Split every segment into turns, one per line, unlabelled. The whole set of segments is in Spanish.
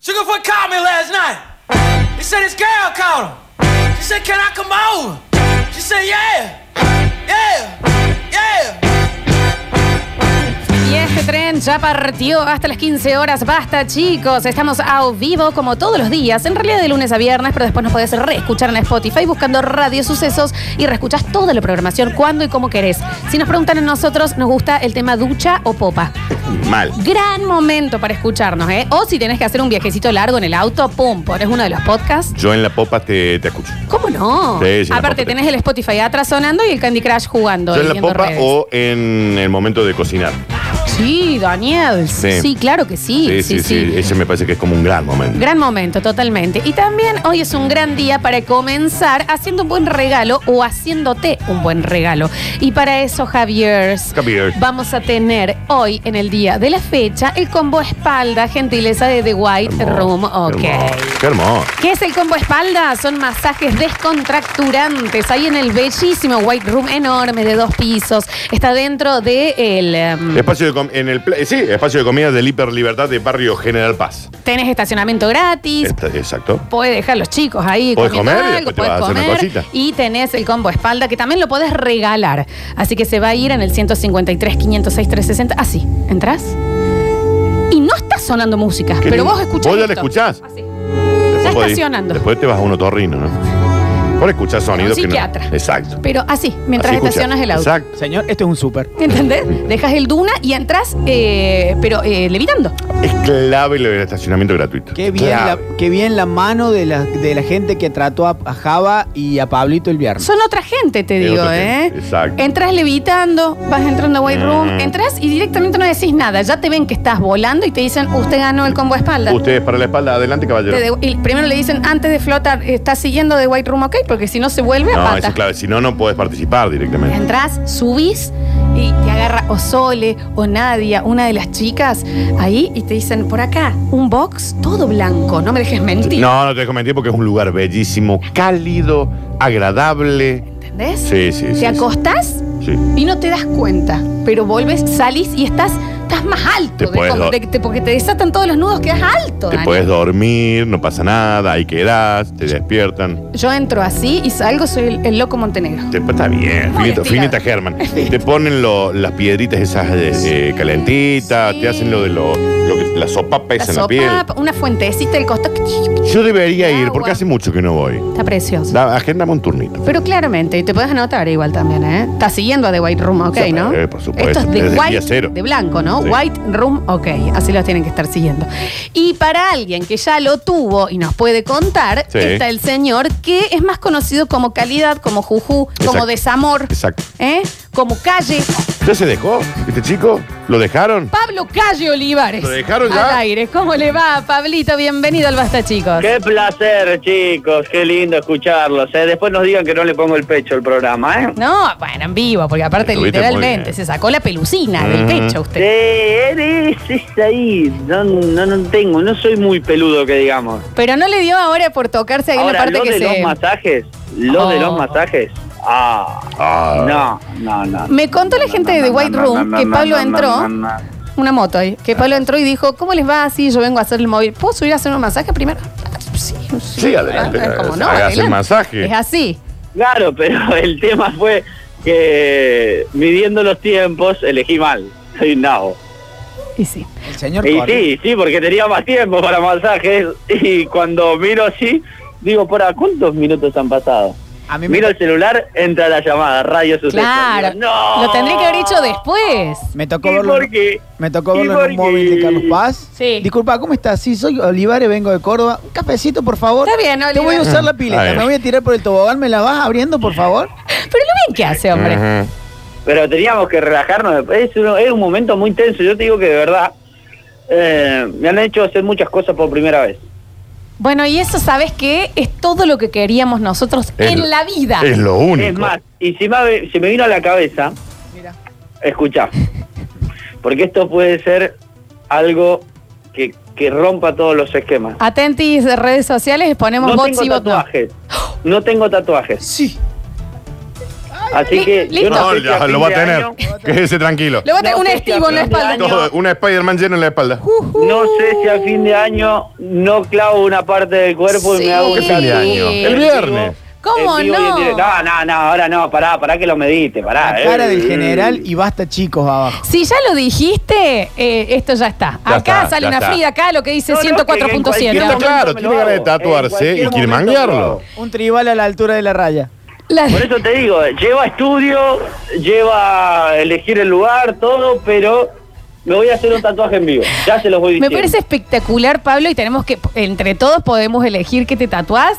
Sugarfoot called me last night. He said his girl called him. She said, Can I come over? She said, Yeah, yeah, yeah.
Y este tren ya partió hasta las 15 horas. Basta, chicos. Estamos a vivo como todos los días. En realidad de lunes a viernes, pero después nos podés reescuchar en Spotify buscando Radio Sucesos y reescuchás toda la programación cuando y como querés. Si nos preguntan a nosotros, nos gusta el tema ducha o popa.
Mal.
Gran momento para escucharnos, ¿eh? O si tenés que hacer un viajecito largo en el auto, pum, pones uno de los podcasts.
Yo en la popa te, te escucho.
¿Cómo no?
Sí, sí, la popa
Aparte,
te-
tenés el Spotify atrás sonando y el Candy Crush jugando.
Yo
y
en la
viendo
popa
redes.
o en el momento de cocinar.
Sí, Daniel. Sí.
Sí.
claro que sí.
Sí, sí, sí. Ese me parece que es como un gran momento.
Gran momento, totalmente. Y también hoy es un gran día para comenzar haciendo un buen regalo o haciéndote un buen regalo. Y para eso, Javier,
Javier.
vamos a tener hoy, en el día de la fecha, el combo espalda, gentileza de The White
Hermoso,
Room. Ok.
hermoso, Qué hermoso.
¿Qué es el combo espalda? Son masajes descontracturantes ahí en el bellísimo White Room enorme de dos pisos. Está dentro de el... em,
Espacio de com- en el pla- eh, sí, espacio de comida del Hiper Libertad de Barrio General Paz.
tenés estacionamiento gratis,
Está- exacto.
Podés dejar los chicos ahí
Podés
comiendo
comer y
algo,
después te vas a hacer una cosita.
y tenés el combo espalda que también lo podés regalar. Así que se va a ir en el 153 506 360. Así, ¿entrás? Y no está sonando música,
Qué
pero
lindo.
vos escuchás.
Vos ya la
esto.
escuchás.
Así.
Después
Ya
podés-
estacionando.
Después te vas a un otorrino, ¿no? Por escuchar sonidos que no.
psiquiatra.
Exacto.
Pero así, mientras
Así escuchás.
estacionas el auto.
Exacto.
Señor, esto es un súper.
¿Entendés? Dejas el duna y entras, eh, pero eh, levitando.
Es clave lo del estacionamiento gratuito.
Qué bien, la,
Clave.
qué bien la mano de la, de la gente que trató a, a Java y a Pablito el viernes.
Son otra gente, te
Es
digo,
otra
¿eh?
gente, exacto.
Entras levitando, vas entrando a White Room,
Mm.
entras y directamente no decís nada. Ya te ven que estás volando y te dicen, usted ganó el combo de espalda.
Ustedes para la espalda, adelante, caballero.
Te de- y primero le dicen, antes de flotar, ¿estás siguiendo de White Room, ok? Porque si no se vuelve a
No,
pata.
eso es clave. Si no, no puedes participar directamente.
Entrás, subís y te agarra o Sole o Nadia, una de las chicas, ahí y te dicen, por acá, un box todo blanco, no me dejes mentir.
No, no te dejo mentir porque es un lugar bellísimo, cálido, agradable.
¿Entendés?
Sí, sí, sí,
Te
sí.
acostás
Sí.
y no te das cuenta, pero volves, salís y estás, estás más alto,
Te
de
puedes
como-
do-
de- te- porque te desatan todos los nudos, quedas alto.
Te
Dani.
puedes dormir, no pasa nada, ahí quedás, te despiertan.
Yo entro así y salgo, soy el, el loco Montenegro.
Te, está bien,
Muy
finita,
estirado.
finita Germán. Te ponen lo- las piedritas esas eh, eh, calentitas,
Sí.
te hacen lo de lo, lo que, la sopapa esa en la piel.
sopa, Ah, una fuentecita del costado, que-
Yo debería ir
Agua.
porque hace mucho que no voy.
está precioso.
Da, agéndame un turnito.
Pero claramente, y te puedes anotar igual también, ¿eh? Estás siguiendo a The White Room, ok,
Sí,
¿no?
eh, por supuesto,
Esto es de
desde el día
White,
cero.
de blanco, ¿no?
Sí.
White Room, ok, así los tienen que estar siguiendo. Y para alguien que ya lo tuvo y nos puede contar,
Sí.
está el señor que es más conocido como calidad, como juju, como
Exacto.
desamor,
Exacto.
¿eh? Como calle.
Ya se dejó, este chico, lo dejaron.
Pablo Calle Olivares.
Lo dejaron ya.
Al aire. ¿Cómo le va, Pablito? Bienvenido al Basta, chicos.
Qué placer, chicos. Qué lindo escucharlos. ¿eh? Después nos digan que no le pongo el pecho al programa, ¿eh?
No, bueno, en vivo, porque aparte
Estuviste muy
literalmente
bien.
se sacó la pelucina del
Ujú.
pecho usted.
Sí, eres Eh, es ahí. No, no, no tengo, no soy muy peludo, que digamos.
Pero no le dio ahora por tocarse ahí la
Ahora,
parte
lo
que
de los
se.
masajes, lo de
Oh.
los masajes. Ah,
Ah.
no, no, no.
Me contó la gente de The White Room que Pablo entró, una moto ahí, que Pablo entró y dijo, ¿cómo les va así? Yo vengo a hacer el móvil. ¿Puedo subir a hacer un masaje primero? Ah, Sí,
Sí, adelante,
Ah, ¿cómo no?
hágase el
Adelante.
masaje.
Es así.
Claro, pero el tema fue que midiendo los tiempos elegí mal. Soy un nabo.
Y sí.
El señor
Y
Correa.
sí, sí, porque tenía más tiempo para masajes y cuando miro así, digo, ¿para cuántos minutos han pasado?
A mí me,
Miro el celular, entra la llamada, radio suceso.
Claro.
Digo, no.
Lo tendría que haber hecho después.
me tocó
¿Y
verlo.
por qué?
Me tocó
¿Y
verlo
por
en un móvil
qué?
de Carlos Paz.
Sí.
Disculpa, ¿cómo estás? Sí, soy Olivares, vengo de Córdoba. Un cafecito, por favor.
Está bien,
Te voy a
Olivares.
usar la pileta,
Está bien.
me voy a tirar por el tobogán, ¿me la vas abriendo, por favor?
Pero lo bien que hace, hombre.
Ujú.
Pero teníamos que relajarnos. Es un, es un momento muy tenso. Yo te digo que de verdad eh, me han hecho hacer muchas cosas por primera vez.
Bueno, y eso, ¿sabes qué? Es todo lo que queríamos nosotros
Es-
en la vida.
Es lo único.
Es más, y si me, se me vino a la cabeza,
Mira.
escuchá, porque esto puede ser algo que, que rompa todos los esquemas.
Atentis de redes sociales, ponemos
No
bots
tengo
y bots. no.
tatuajes. No tengo tatuajes.
Sí.
Así
Li-
que.
listo.
sé
No,
si
ya,
fin
lo va a
de
tener.
año-
Quédese tranquilo.
Le voy a tener
No
un
sé si
estivo en la
a fin de
espalda.
año-
Todo, un Spider-Man lleno en la espalda.
No sé si a fin de año no clavo una parte del cuerpo y
Sí.
me hago un
¿Qué fin de
tatuaje.
año?
En
El
vivo,
viernes.
¿Cómo
en vivo y en
no?
directo. No, no, no, ahora no, pará, pará que lo medite, pará.
Ah,
La
eh.
cara del general y basta, chicos, abajo.
Si ya lo dijiste, eh, esto ya está. acá
Ya está,
sale
ya
una
está.
Frida, acá lo que dice
No, no, que en
104.7.
cualquier
Está
momento
claro,
me
tiene
lo
ganas de
hago. En
tatuarse y
cualquier
quiere
momento me lo
manguearlo.
hago.
Un tribal a la altura de la raya.
La-
Por eso te digo, eh, lleva estudio, lleva elegir el lugar, todo, pero me voy a hacer un tatuaje en vivo. Ya se los voy
me
diciendo.
parece espectacular, Pablo, y tenemos que, entre todos podemos elegir qué te tatuás.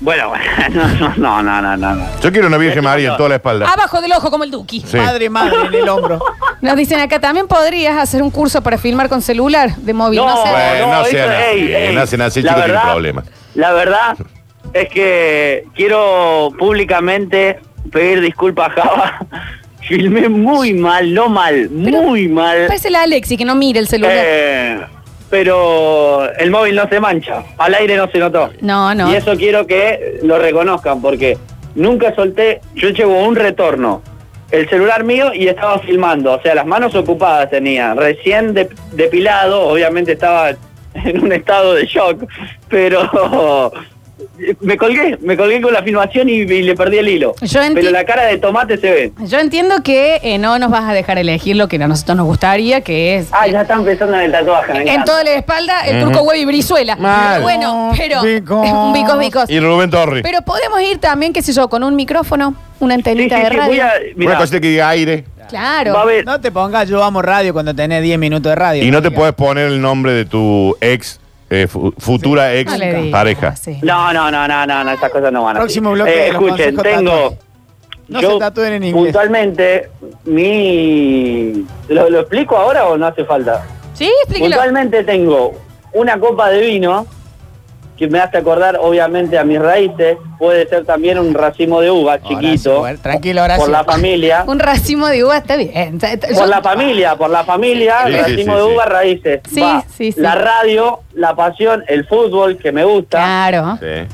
Bueno, bueno, no, no, no, no, no, no.
Yo quiero una Virgen María en toda la espalda.
Abajo del ojo, como el Duki.
Sí.
Madre, madre, en el hombro.
Nos dicen acá, también podrías hacer un curso para filmar con celular de móvil. No, sé.
Bueno. no
eso-
sean así, no sean así, el
la
chico tiene problemas.
La verdad es que quiero públicamente pedir disculpas a Java. Filmé muy mal, no mal,
Pero
muy mal.
Parece la Alexi que no mire el celular.
Eh, pero el móvil no se mancha, al aire no se notó.
no, no.
Y eso quiero que lo reconozcan, porque nunca solté, yo llevo un retorno, el celular mío y estaba filmando, o sea, las manos ocupadas tenía, recién de- depilado, obviamente estaba en un estado de shock, pero me colgué, me colgué con la filmación y, y le perdí el hilo.
Yo enti-
Pero la cara de tomate se ve.
Yo entiendo que eh, no nos vas a dejar elegir lo que a nosotros nos gustaría, que es eh,
Ah, ya están pensando en el tatuaje. me
En
encanta.
toda la espalda, el
Ujú.
turco huevo y brizuela.
Mal.
Pero Bueno, pero.
Bicos.
Un Bicos, bicos.
Y Rubén Torri.
Pero podemos ir también, qué sé yo, con un micrófono, una
Sí, sí,
antenita
sí,
de
voy
radio.
a- mirá,
Una cosita que diga aire.
Claro.
va a haber-
No te pongas, yo amo radio cuando tenés 10 minutos de radio.
Y no te
Diga.
puedes poner el nombre de tu ex, eh, fu- futura ex
No le digas
pareja.
así.
No, no, no, no, no, no, esas cosas no van a
Próximo bloque de los
escuchen,
consejos
tengo.
tatuajes. No se tatúen en inglés.
Puntualmente, mi. ¿Lo, lo explico ahora o no hace falta?
Sí, explíquelo.
Puntualmente tengo una copa de vino que me hace acordar, obviamente, a mis raíces. Puede ser también un racimo de uva chiquito.
Horacio, tranquilo, Horacio.
Por la familia.
Un racimo de uva está bien. Está- está- yo-
Por la familia, por la familia,
Sí, sí,
racimo
sí,
de
sí.
uva, raíces.
Sí,
Va,
sí, sí.
La radio, la pasión, el fútbol que me gusta.
Claro.
Sí.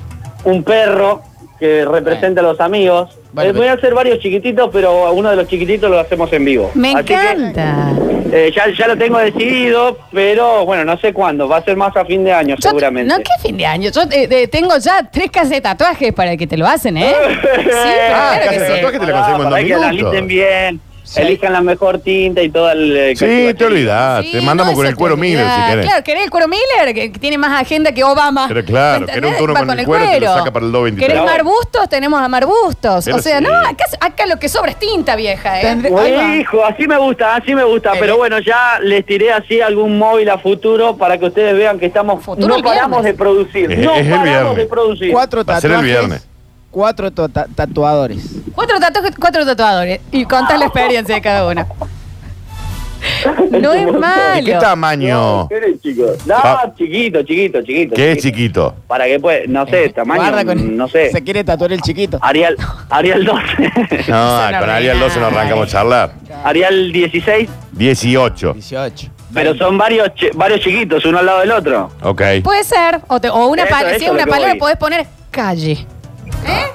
un perro que representa a los amigos.
Bueno,
Eh, voy a hacer varios chiquititos, pero a uno de los chiquititos lo hacemos en vivo.
Me
Así que,
encanta.
eh, ya, ya lo tengo decidido, pero bueno, no sé cuándo. Va a ser más a fin de año,
Yo-
seguramente.
No, qué fin de año. Yo eh, eh, tengo ya tres casas de tatuajes para que te lo hacen, ¿eh? Sí, pero
Ah,
claro
casa
que
de
sí.
tatuajes. te la conseguimos en
Pará,
dos
que
minutos.
analicen bien, elijan la mejor tinta y todo el... eh,
Sí, te
cachivache.
olvidás.
Sí,
Ah, te mandamos
no,
con
eso
el cuero
te
Miller,
olvidás.
si querés.
Claro, querés el cuero Miller, que que tiene más agenda que Obama.
Pero claro,
¿Me
querés un
entendés?
turno
Va
con el cuero, te lo saca para el 223.
¿Querés marbustos? Tenemos a marbustos.
Pero
o sea,
sí.
no, acá, acá lo que sobra es tinta vieja, ¿eh?
Tendré-
Uy,
Ahí va.
hijo, así me gusta, así me gusta, pero bueno, ya les tiré así algún móvil a futuro para que ustedes vean que estamos
Futuro el
no paramos de
viernes.
producir,
Es-
no
es el
paramos
viernes.
de producir.
Cuatro
Va a
tatuajes.
ser el viernes.
Cuatro to- ta- tatuadores.
Este
Cuatro, tatu- cuatro tatuadores. Y contás la experiencia de cada uno. No es
¿Y qué
malo.
tamaño?
Esperen, chicos. No,
Ah.
chiquito, chiquito, chiquito.
¿Qué es chiquito?
Para que pues, no sé, tamaño,
Guarda con-
no sé. Ah.
Se quiere tatuar el chiquito.
Arial, Arial 12,
No,
Eso no
con Ariel 12 no
arregla.
arrancamos a charlar.
Arial 16,
18.
18.
pero son varios chi- varios chiquitos, uno al lado del otro.
Ok.
Puede ser. O, te- o una
Eso,
palabra.
eso
Si es
es lo
una
que
palabra,
voy.
podés poner calle.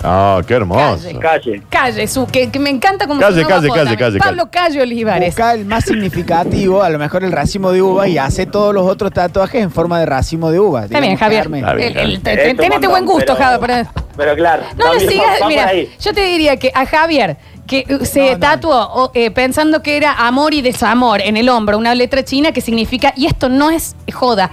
Ah, qué hermoso.
Calle.
Calle.
Calle, su, que, que me encanta como
Calle,
sonaba
calle,
Jota.
calle, calle,
Pablo Calle Olivares.
Busca el más significativo, a lo mejor el racimo de uva y hace todos los otros tatuajes en forma de racimo de uva.
Está bien,
digamos,
Javier.
Carmen.
Está bien,
El- el-
Javier.
te-
Es un
Tenete
montón,
buen gusto,
pero-
Javier. para-
Pero claro.
No lo
también
sigas,
va- va
mira,
por ahí.
yo te diría que a Javier, que eh, se tatuó o, eh, pensando que era amor y desamor en el hombro, una letra china que significa, y esto no es joda,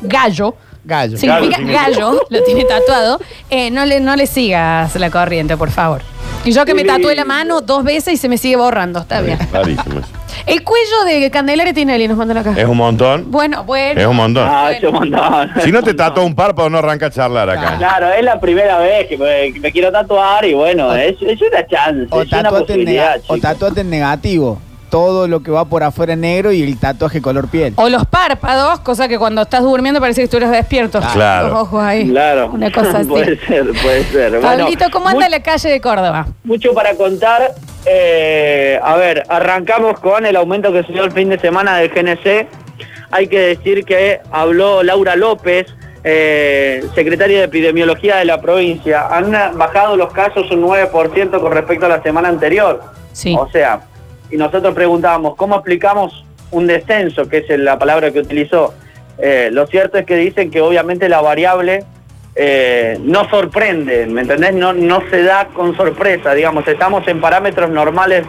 gallo.
Gallo.
Significa
Gallo, significa-
gallo, lo tiene tatuado. Eh, no, le, no le sigas la corriente, por favor. Y yo que me
Qué
tatué la
lindo.
mano dos veces y se me sigue borrando, está bien.
Clarísimo eso.
El cuello de Candelaria Tinelli nos mandan acá.
Es un montón.
Bueno, bueno.
Es un montón.
Ah, es un montón.
Si no te tatúa un párpado, no arranca a charlar acá.
Claro, es la primera vez que me, que me quiero tatuar y bueno, es, es una chance,
O
es
tatuate, en
una
nega-
posibilidad,
o
chicos.
tatuate en negativo. Todo lo que va por afuera en negro y el tatuaje color piel.
O los párpados, cosa que cuando estás durmiendo parece que estuvieras despierto.
Claro.
Los ojos ahí.
Claro.
Una cosa así.
puede ser, puede ser. Bueno,
Pablito, ¿cómo anda
mu-
la calle de Córdoba?
Mucho para contar. Eh, a ver, arrancamos con el aumento que se dio el fin de semana del GNC. Hay que decir que habló Laura López, eh, secretaria de Epidemiología de la provincia, han bajado los casos un 9% con respecto a la semana anterior.
Sí.
O sea, y nosotros preguntábamos, ¿cómo aplicamos un descenso? Que es la palabra que utilizó. Eh, lo cierto es que dicen que obviamente la variable eh, no sorprende, ¿me entendés? No, no se da con sorpresa, digamos, estamos en parámetros normales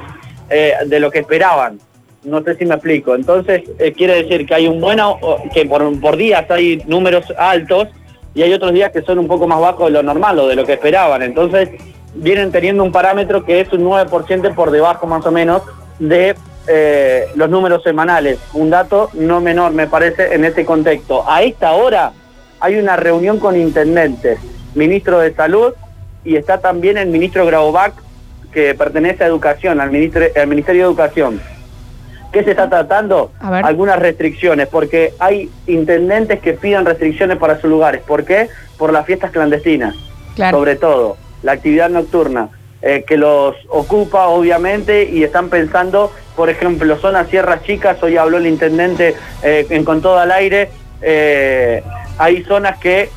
eh, de lo que esperaban. No sé si me explico. Entonces, eh, quiere decir que hay un bueno, o- que por, por días hay números altos y hay otros días que son un poco más bajos de lo normal o de lo que esperaban. Entonces, vienen teniendo un parámetro que es un 9% por debajo más o menos de eh, los números semanales. Un dato no menor, me parece, en este contexto. A esta hora hay una reunión con intendentes, ministro de Salud y está también el ministro Graubach, que pertenece a Educación, al, ministre- al Ministerio de Educación. ¿Qué se está tratando?
A ver.
Algunas restricciones, porque hay intendentes que pidan restricciones para sus lugares. ¿Por qué? Por las fiestas clandestinas
Claro.
sobre todo, la actividad nocturna, eh, que los ocupa obviamente y están pensando, por ejemplo, zonas sierras chicas, hoy habló el intendente eh, en Con Todo al Aire, eh, hay zonas que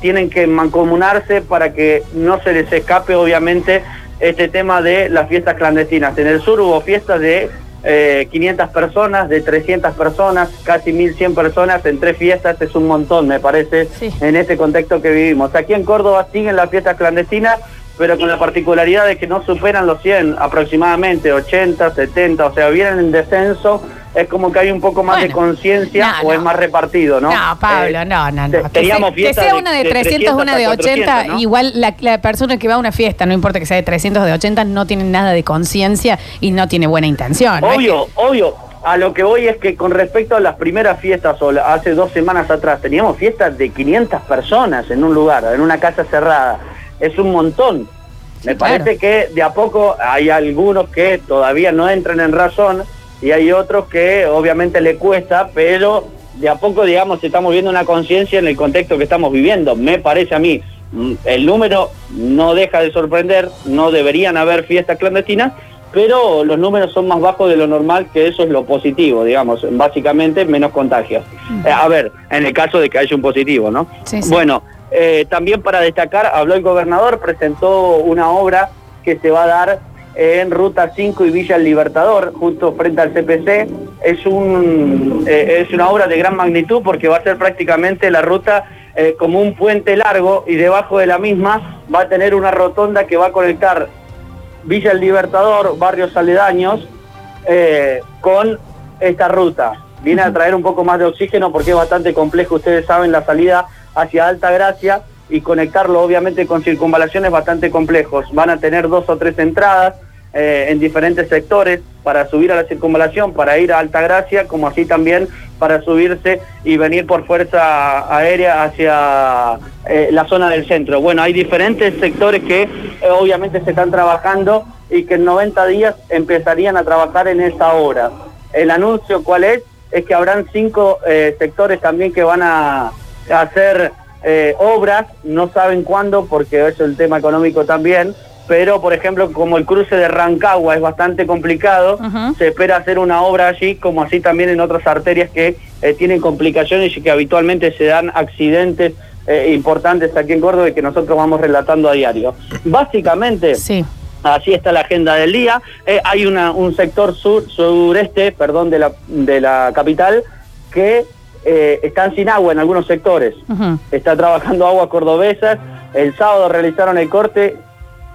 tienen que mancomunarse para que no se les escape obviamente este tema de las fiestas clandestinas. En el sur hubo fiestas de eh, 500 personas, de 300 personas, casi 1.100 personas en tres fiestas, es un montón me parece
Sí.
en este contexto que vivimos. Aquí en Córdoba siguen las fiestas clandestinas, pero con la particularidad de que no superan los 100 aproximadamente, 80, 70, o sea, vienen en descenso, es como que hay un poco más de
Bueno,
conciencia
no,
o
no.
es más repartido, ¿no?
No, Pablo,
Eh,
no, no, no.
te-
Que sea,
teníamos
que
fiestas
sea una de 300, una de
400,
80,
¿no?
igual la, la persona que va a una fiesta, no importa que sea de 300 o de 80, no tiene nada de conciencia y no tiene buena intención. ¿no? Es
Obvio, obvio. A lo que voy es que con respecto a las primeras fiestas, o la- hace dos semanas atrás, teníamos fiestas de 500 personas en un lugar, en una casa cerrada. Es un montón. Me
claro.
parece que de a poco hay algunos que todavía no entran en razón y hay otros que obviamente le cuesta, pero de a poco, digamos, estamos viendo una conciencia en el contexto que estamos viviendo, me parece a mí. Mm, El número no deja de sorprender, no deberían haber fiestas clandestinas, pero los números son más bajos de lo normal, que eso es lo positivo, digamos, básicamente menos contagios. Eh, a ver, en el caso de que haya un positivo, ¿no?
Sí, sí.
Bueno, eh, también para destacar, habló el gobernador, presentó una obra que se va a dar en Ruta 5 y Villa El Libertador, justo frente al CPC. Es, un, eh, es una obra de gran magnitud porque va a ser prácticamente la ruta eh, como un puente largo y debajo de la misma va a tener una rotonda que va a conectar Villa El Libertador, barrios aledaños, eh, con esta ruta. Viene a traer un poco más de oxígeno porque es bastante complejo, ustedes saben, la salida hacia Alta Gracia y conectarlo obviamente con circunvalaciones bastante complejos. Van a tener dos o tres entradas eh, en diferentes sectores para subir a la circunvalación, para ir a Alta Gracia, como así también para subirse y venir por fuerza aérea hacia eh, la zona del centro. Bueno, hay diferentes sectores que eh, obviamente se están trabajando y que en 90 días empezarían a trabajar en esa obra. El anuncio cuál es, es que habrán cinco eh, sectores también que van a hacer eh, obras, no saben cuándo porque es el tema económico también, pero por ejemplo como el cruce de Rancagua es bastante complicado,
Ujú.
se espera hacer una obra allí, como así también en otras arterias que eh, tienen complicaciones y que habitualmente se dan accidentes eh, importantes aquí en Córdoba y que nosotros vamos relatando a diario. Básicamente,
Sí.
Así está la agenda del día. Eh, hay una- un sector sur, sureste perdón, de, la, de la capital que eh, están sin agua en algunos sectores.
Ujú.
Está trabajando aguas cordobesas. El sábado realizaron el corte,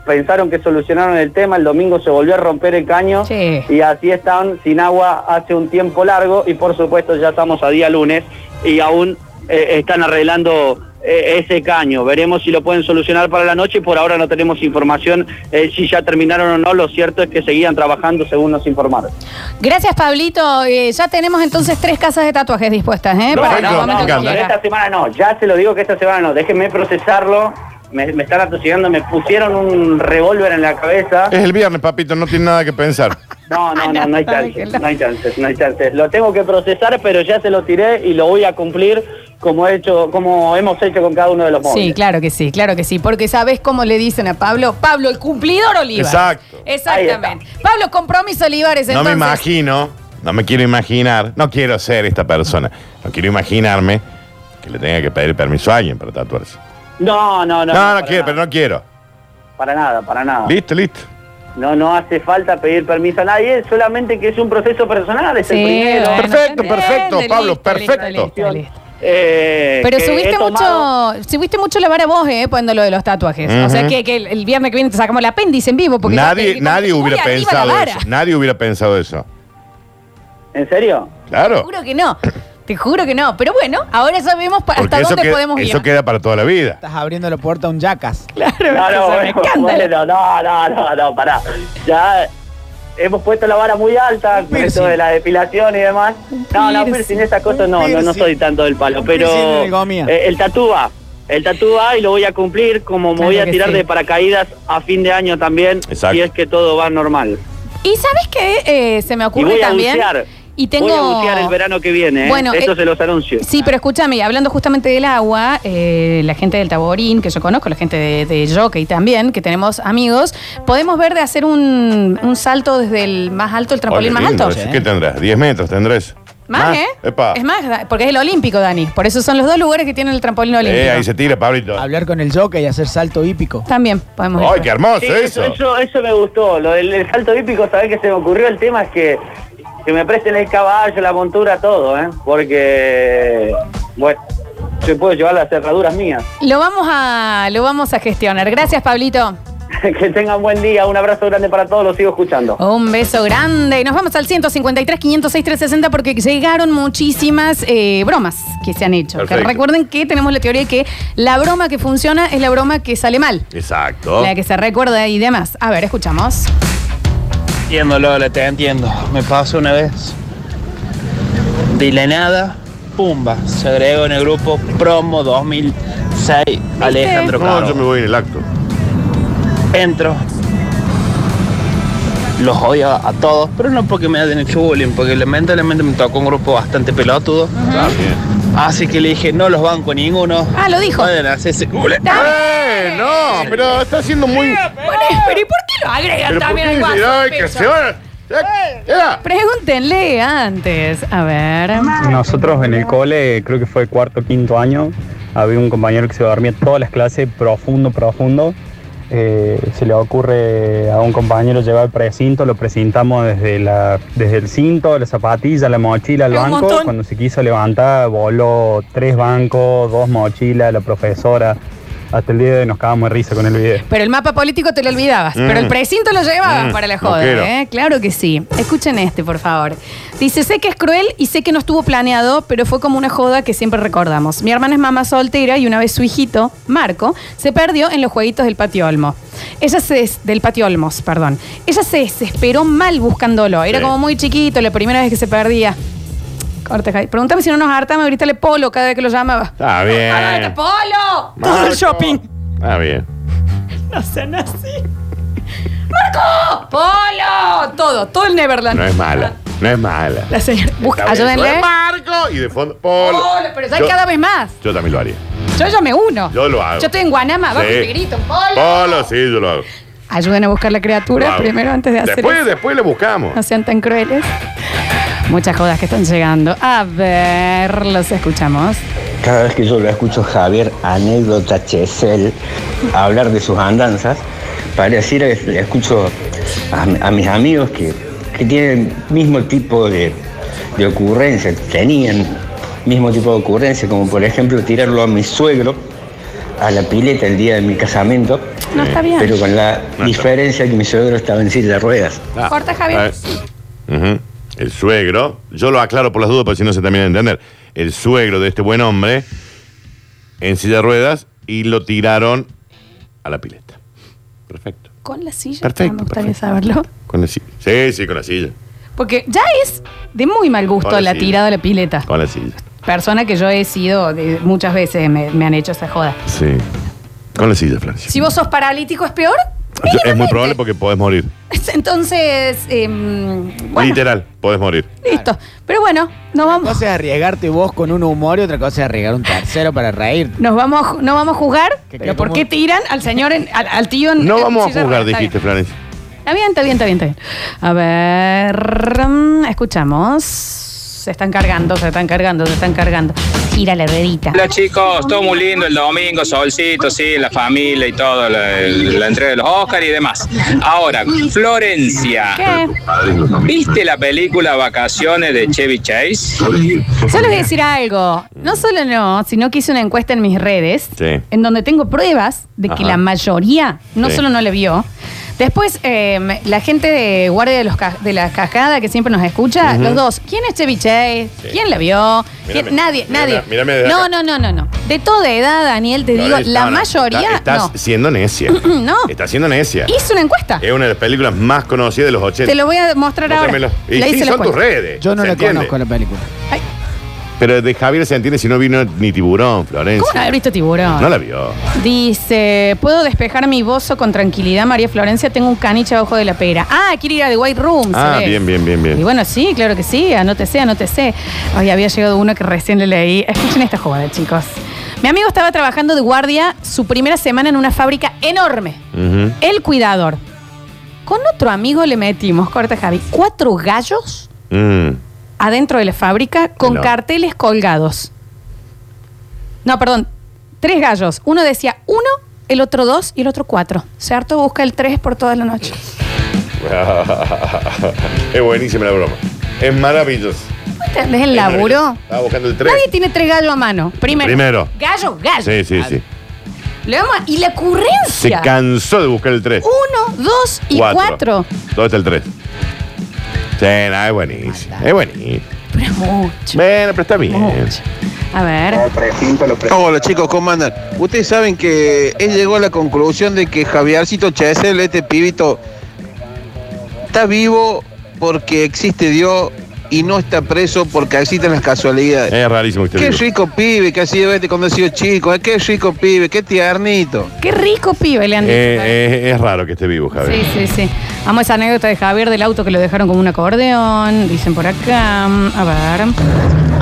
pensaron que solucionaron el tema, el domingo se volvió a romper el caño
Sí.
y así están sin agua hace un tiempo largo y por supuesto ya estamos a día lunes y aún eh, están arreglando eh, ese caño. Veremos si lo pueden solucionar para la noche. Por ahora no tenemos información eh, si ya terminaron o no. Lo cierto es que seguían trabajando según nos informaron.
Gracias, Pablito. Eh, ya tenemos entonces tres casas de tatuajes dispuestas, ¿eh?
No,
Para
no,
el
no,
momento
me
que
encanta.
pero
quiera.
esta semana no. Ya se lo digo que esta semana no. Déjenme procesarlo. Me, me están atosigando. Me pusieron un revólver en la cabeza.
Es el viernes, papito, no tiene nada que pensar.
No, no, no, no hay chances,
Ángela.
no hay chances, no hay chances. Lo tengo que procesar, pero ya se lo tiré y lo voy a cumplir como he hecho, como hemos hecho con cada uno de los móviles.
Sí, claro que sí, claro que sí. Porque sabes cómo le dicen a Pablo, Pablo, el cumplidor Olivares.
Exacto.
Exactamente. Pablo, compromiso Olivares,
No me
entonces.
imagino, no me quiero imaginar, no quiero ser esta persona, no quiero imaginarme Que le tenga que pedir permiso a alguien para tatuarse.
No, no,
No, no,
no. para
quiero, pero
nada,
no quiero.
Para nada, para nada.
Listo, listo.
No, no hace falta pedir permiso a nadie, solamente que es un proceso personal, es
Sí,
el primero.
bueno, está
Perfecto,
bien.
perfecto, Pablo, perfecto.
Eh,
Pero
que
subiste
he tomado-
mucho, subiste mucho la vara vos, eh, poniendo lo de los tatuajes. O sea
Ujú.
que, que el, el viernes que viene te sacamos el apéndice en vivo. Porque
nadie
porque-
nadie
muy
hubiera
arriba
pensado
la vara.
eso. Nadie hubiera pensado eso.
¿En serio?
Te
Claro.
juro que no. Te juro que no. Pero bueno, ahora sabemos pa- hasta
Porque eso,
dónde
queda,
podemos ir.
eso queda para toda la vida.
Estás abriendo la puerta a un jackass.
Claro,
No, no,
es un
bueno,
escándalo.
bueno, no, no, no, no, pará. Ya hemos puesto la vara muy alta con esto
piercing.
de la depilación y demás. No, no,
piercing,
piercing, esas cosas
un
no, no, no
piercing.
soy tanto del palo,
Un
pero
piercing en el gomia.
eh, el tatúa. El tatúa y lo voy a cumplir como me
Claro
voy a
que
tirar
sí.
de paracaídas a fin de año también,
Exacto.
si es que todo va normal.
Y sabes que se me
Y
ocurre
voy a
también.
bucear.
Y tengo.
Voy a bucear el verano que viene, ¿eh?
Bueno,
Esto
eh,
se los anuncio.
Sí, pero escúchame, hablando justamente del agua, eh, la gente del Taborín, que yo conozco, la gente de, de Jockey también, que tenemos amigos, podemos ver de hacer un, un salto desde el más alto, el trampolín
Oye,
más
lindo,
alto. ¿Eh?
eso. ¿Qué tendrás? ¿10 metros tendrás?
Más, ¿eh?
Epa.
Es más, da- porque es el olímpico, Dani. Por eso son los dos lugares que tienen el trampolín olímpico.
Eh, ahí se tira, Pablito.
Hablar con el jockey y hacer salto hípico.
También podemos
¡Ay,
ir.
qué hermoso
Sí,
eso!
eso, eso, eso me gustó. Lo del el salto hípico, sabés que se me ocurrió el tema es que, que me presten el caballo, la montura, todo, ¿eh? Porque, bueno, yo puedo llevar las cerraduras mías.
Lo vamos a, lo vamos a gestionar. Gracias, Pablito.
que tengan buen día, un abrazo grande para todos, los sigo escuchando.
Un beso grande. Y Nos vamos al 153, 506, 360 porque llegaron muchísimas eh, bromas que se han hecho. Que
Perfecto.
recuerden que tenemos la teoría de que la broma que funciona es la broma que sale mal.
Exacto.
La que se recuerda y demás. A ver, escuchamos.
Entiendo, Lola, te entiendo. Me pasó una vez. De la nada, pumba, se agregó en el grupo Promo 2006 Alejandro
No, yo me
Caro.
voy en el acto.
Entro. Los odio a todos, pero no porque me hayan hecho bullying, porque lamentablemente me tocó un grupo bastante pelotudo.
Está bien.
Así que le dije, no los banco a ninguno.
Ah, lo dijo.
Vayan a hacerse bullying.
¡Eh! No, pero está siendo muy.
Bueno, pero ¿y por qué lo agregan
Pero ¿por
también
qué
al
dice,
WhatsApp?
"Ay, que
Pecho?
se van! Eh, Ya- ya".
Pregúntenle antes. A ver.
Nosotros en el cole, creo que fue cuarto quinto año, había un compañero que se dormía todas las clases profundo, profundo. Eh, se le ocurre a un compañero llevar el precinto, lo presentamos desde, la, desde el cinto, la zapatilla, la mochila, al
Es un
banco.
montón.
Cuando se quiso levantar, voló tres bancos, dos mochilas, la profesora. Hasta el día de hoy nos cagamos de risa con el video.
Pero el mapa político te lo olvidabas.
Mm.
Pero el precinto lo llevabas
Mm,
para la
no
joda,
quiero.
¿eh? Claro que sí. Escuchen este, por favor. Dice, sé que es cruel y sé que no estuvo planeado, pero fue como una joda que siempre recordamos. Mi hermana es mamá soltera y una vez su hijito, Marco, se perdió en los jueguitos del patio Olmo. Ella se des- del patio Olmos, perdón. Ella se desesperó mal buscándolo. Era
Sí.
como muy chiquito, la primera vez que se perdía. Corte, Jai. Pregúntame si no nos hartamos, gritale polo cada vez que lo llamaba.
Está bien.
¡Párate, polo!
Todo el shopping. Está bien.
No sean así. ¡Marco! ¡Polo! Todo, todo el Neverland.
No es mala. No es mala.
La señora. Busca,
Está bien.
ayúdenle.
Yo Marco y de fondo. Polo.
¡Polo! Pero ¿sabes
Yo-
cada vez más?
Yo también lo haría.
Yo ya me uno.
Yo lo hago.
Yo estoy en Guanama, abajo
Sí.
y te grito, ¡Polo!
Polo, sí, yo lo hago.
Ayuden a buscar la
Lo
criatura
hago.
primero antes de hacer
Después,
eso.
después le buscamos.
No sean tan crueles. Muchas jodas que están llegando. A ver, los escuchamos.
Cada vez que yo lo escucho a Javier, anécdota Chesel, hablar de sus andanzas, pareciera que le escucho a, a mis amigos que, que tienen el mismo tipo de, de ocurrencia, tenían mismo tipo de ocurrencia, como por ejemplo tirarlo a mi suegro a la pileta el día de mi casamiento,
No está bien.
pero con la
está.
diferencia que mi suegro estaba en silla de ruedas.
Ah,
Corta, Javier.
ah, ujú. El suegro, yo lo aclaro por las dudas, pero si no se termina de entender. El suegro de este buen hombre en silla de ruedas y lo tiraron a la pileta. Perfecto.
Con la silla.
Perfecto,
Me gustaría
perfecto.
saberlo.
Con la silla. Sí, sí, con la silla.
Porque ya es de muy mal gusto
Con
la
la silla.
tirada a la pileta.
Con la silla.
Persona que yo he sido, de- muchas veces me, me han hecho esa joda.
Sí. Con la silla, Francia.
Si vos sos paralítico, ¿es peor?
Yo- es muy
Mínimamente.
probable porque podés morir.
Entonces, em, bueno,
Literal, podés morir.
listo. Pero bueno, nos
Una
vamos,
cosa es arriesgarte vos con un humor y otra cosa es arriesgar un tercero para reírte.
nos vamos, a ju- no vamos a juzgar.
Que-
pero
que
¿por
como-
qué tiran al señor, en- al, al tío? En,
No
en
vamos
silla
a
de
juzgar,
ruedas? Está
dijiste,
bien.
Florencia.
Está bien, está bien, está bien, está bien. A ver, mm, escuchamos. Se están cargando, se están cargando, se están cargando. gira la ruedita.
Hola chicos, todo muy lindo el domingo, solcito, sí, la familia y todo, la, la entrega de los Oscars y demás. Ahora, Florencia.
¿Qué?
¿Viste la película Vacaciones de Chevy Chase?
Yo les voy a decir algo. No solo no, sino que hice una encuesta en mis redes,
Mm. Sí.
en donde tengo pruebas de que
Ajá.
la mayoría no
Sí.
solo no le vio. Después, eh, la gente de Guardia de, los Ca- de la Cascada, que siempre nos escucha, los dos, ¿quién es Chevy Chase?
Sí.
¿Quién la vio?
Mírame,
¿Quién? Nadie,
mírame,
nadie.
mírame desde
no,
acá.
no, no, no, no. De toda edad, Daniel, te digo,
Flores,
la
no, no,
mayoría
está- Estás Eh,
no.
siendo necia.
No.
Estás siendo necia.
Hice una encuesta.
Es una de las películas más conocidas de los 80.
Te lo voy a mostrar
Móstramelo.
ahora.
Y
La
sí,
hice la
son tus
encuesta.
redes.
Yo no
¿se
la
entiende?
conozco la película.
Ay,
Pero de Javier se entiende si no vino ni tiburón, Florencia.
¿Cómo no haber visto tiburón?
No la vio.
Dice, puedo despejar mi bozo con tranquilidad, María Florencia, tengo un caniche abajo de la pera. Ah, quiere ir a The White Room. se
Ah,
ve.
bien, bien, bien, bien.
Y bueno, sí, claro que sí, anótese, anótese. Hoy había llegado uno que recién le leí. Escuchen esta jugada, chicos. Mi amigo estaba trabajando de guardia su primera semana en una fábrica enorme.
Ujú.
El cuidador. Con otro amigo le metimos, corta Javi, cuatro gallos
Mm.
adentro de la fábrica con
No.
carteles colgados. No, perdón, tres gallos. Uno decía uno, el otro dos y el otro cuatro. Se harto busca el tres por toda la noche.
es buenísima la broma. Es maravilloso.
¿No ¿Entendés el laburo?
Estaba buscando el 3.
Nadie tiene tres gallos a mano. Primero.
Primero.
Gallo, gallo.
Sí, sí, sí.
Le vamos a- y la
Se
ocurrencia.
cansó de buscar el 3.
uno, dos Uh, y cuatro.
¿Dónde está el 3? Sí, no, es buenísimo. Es buenísimo.
Pero es mucho.
Bueno, pero está bien.
mucho. A ver.
Hola chicos, ¿cómo andan? Ustedes saben que él llegó a la conclusión de que Javiercito Chesel, este pibito, está vivo porque existe Dios y no está preso porque existen las casualidades.
Es rarísimo que
Qué
te diga.
rico pibe que ha sido este cuando ha sido chico, eh, qué rico pibe, qué tiernito.
Qué rico pibe le han dicho.
Eh, eh, es raro que esté vivo, Javier.
Sí, sí, sí. Amo esa anécdota de Javier del auto que lo dejaron como un acordeón. Dicen por acá. A ver.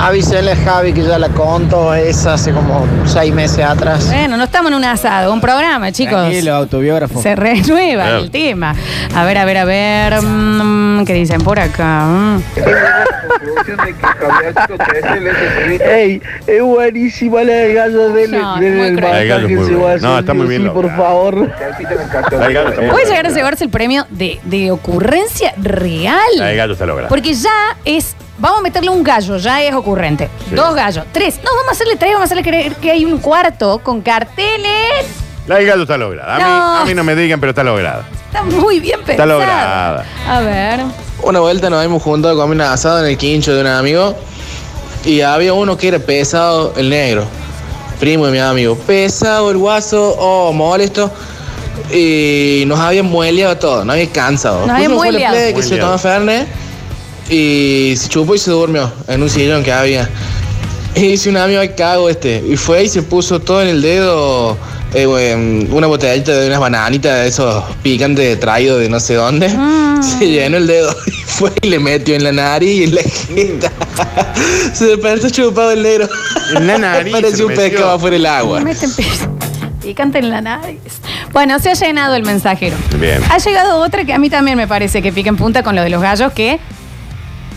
Avísele Javi que ya la contó esa hace como seis meses atrás.
Bueno, no estamos en un asado, un programa, chicos.
Tranquilo, autobiógrafo.
Se renueva
Claro.
el tema. A ver, a ver, a ver. mm, ¿Qué dicen por acá? Mm.
Ey, es buenísima la del gallo del,
No, del- es muy del cruel.
El gallo es muy bueno. No, está muy bien. logrado.
favor.
El gallo está
Puede
muy bueno.
llegar a llevarse el premio de, de ocurrencia
El
real.
gallo está logrado.
Porque ya es. Vamos a meterle un gallo, ya es ocurrente.
Sí.
Dos gallos. Tres. No, vamos a hacerle tres, vamos a hacerle creer que hay un cuarto con carteles.
El gallo está lograda. A mí,
No.
a mí no me digan, pero está lograda.
Está muy bien pensado.
lograda.
A ver.
Una vuelta nos habíamos juntado a comer un asado en el quincho de un amigo y había uno que era pesado, el negro, primo de mi amigo. Pesado el guaso, oh, molesto. Y nos habían mueleado todo, nos había cansado.
Nos había
Puso un full
mueleado.
play que se
Mueleado.
tomó Fernet y se chupó y se durmió en un sillón que había. Y dice un amigo, "Ay, cago este. Y fue y se puso todo en el dedo eh, em, una botellita de unas bananitas de esos picantes traídos de no sé dónde. Se llenó el dedo y fue y le metió en la nariz y en la jeta. se despertó chupado el negro.
En la nariz. se
Parecía un
metió.
pescado afuera del agua.
Meten pis- Picante en la nariz. Bueno, se ha llenado el mensajero.
Bien.
Ha llegado otra que a mí también me parece que pica en punta con lo de los gallos, que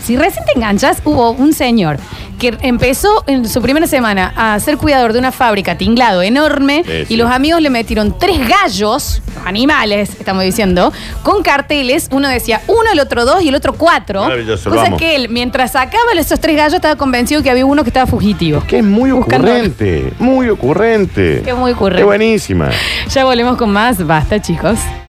si recién te enganchas, hubo un señor que empezó en su primera semana a ser cuidador de una fábrica tinglado enorme
Sí, sí.
y los amigos le metieron tres gallos, los animales, estamos diciendo, con carteles. Uno decía uno, el otro dos y el otro cuatro.
Maravilloso, lo
cosa
amo.
que él, mientras sacaba esos tres gallos, estaba convencido que había uno que estaba fugitivo.
Que es muy
Buscando-
ocurrente. Muy ocurrente.
Qué muy ocurrente.
Qué buenísima.
Ya volvemos con más. Basta, chicos.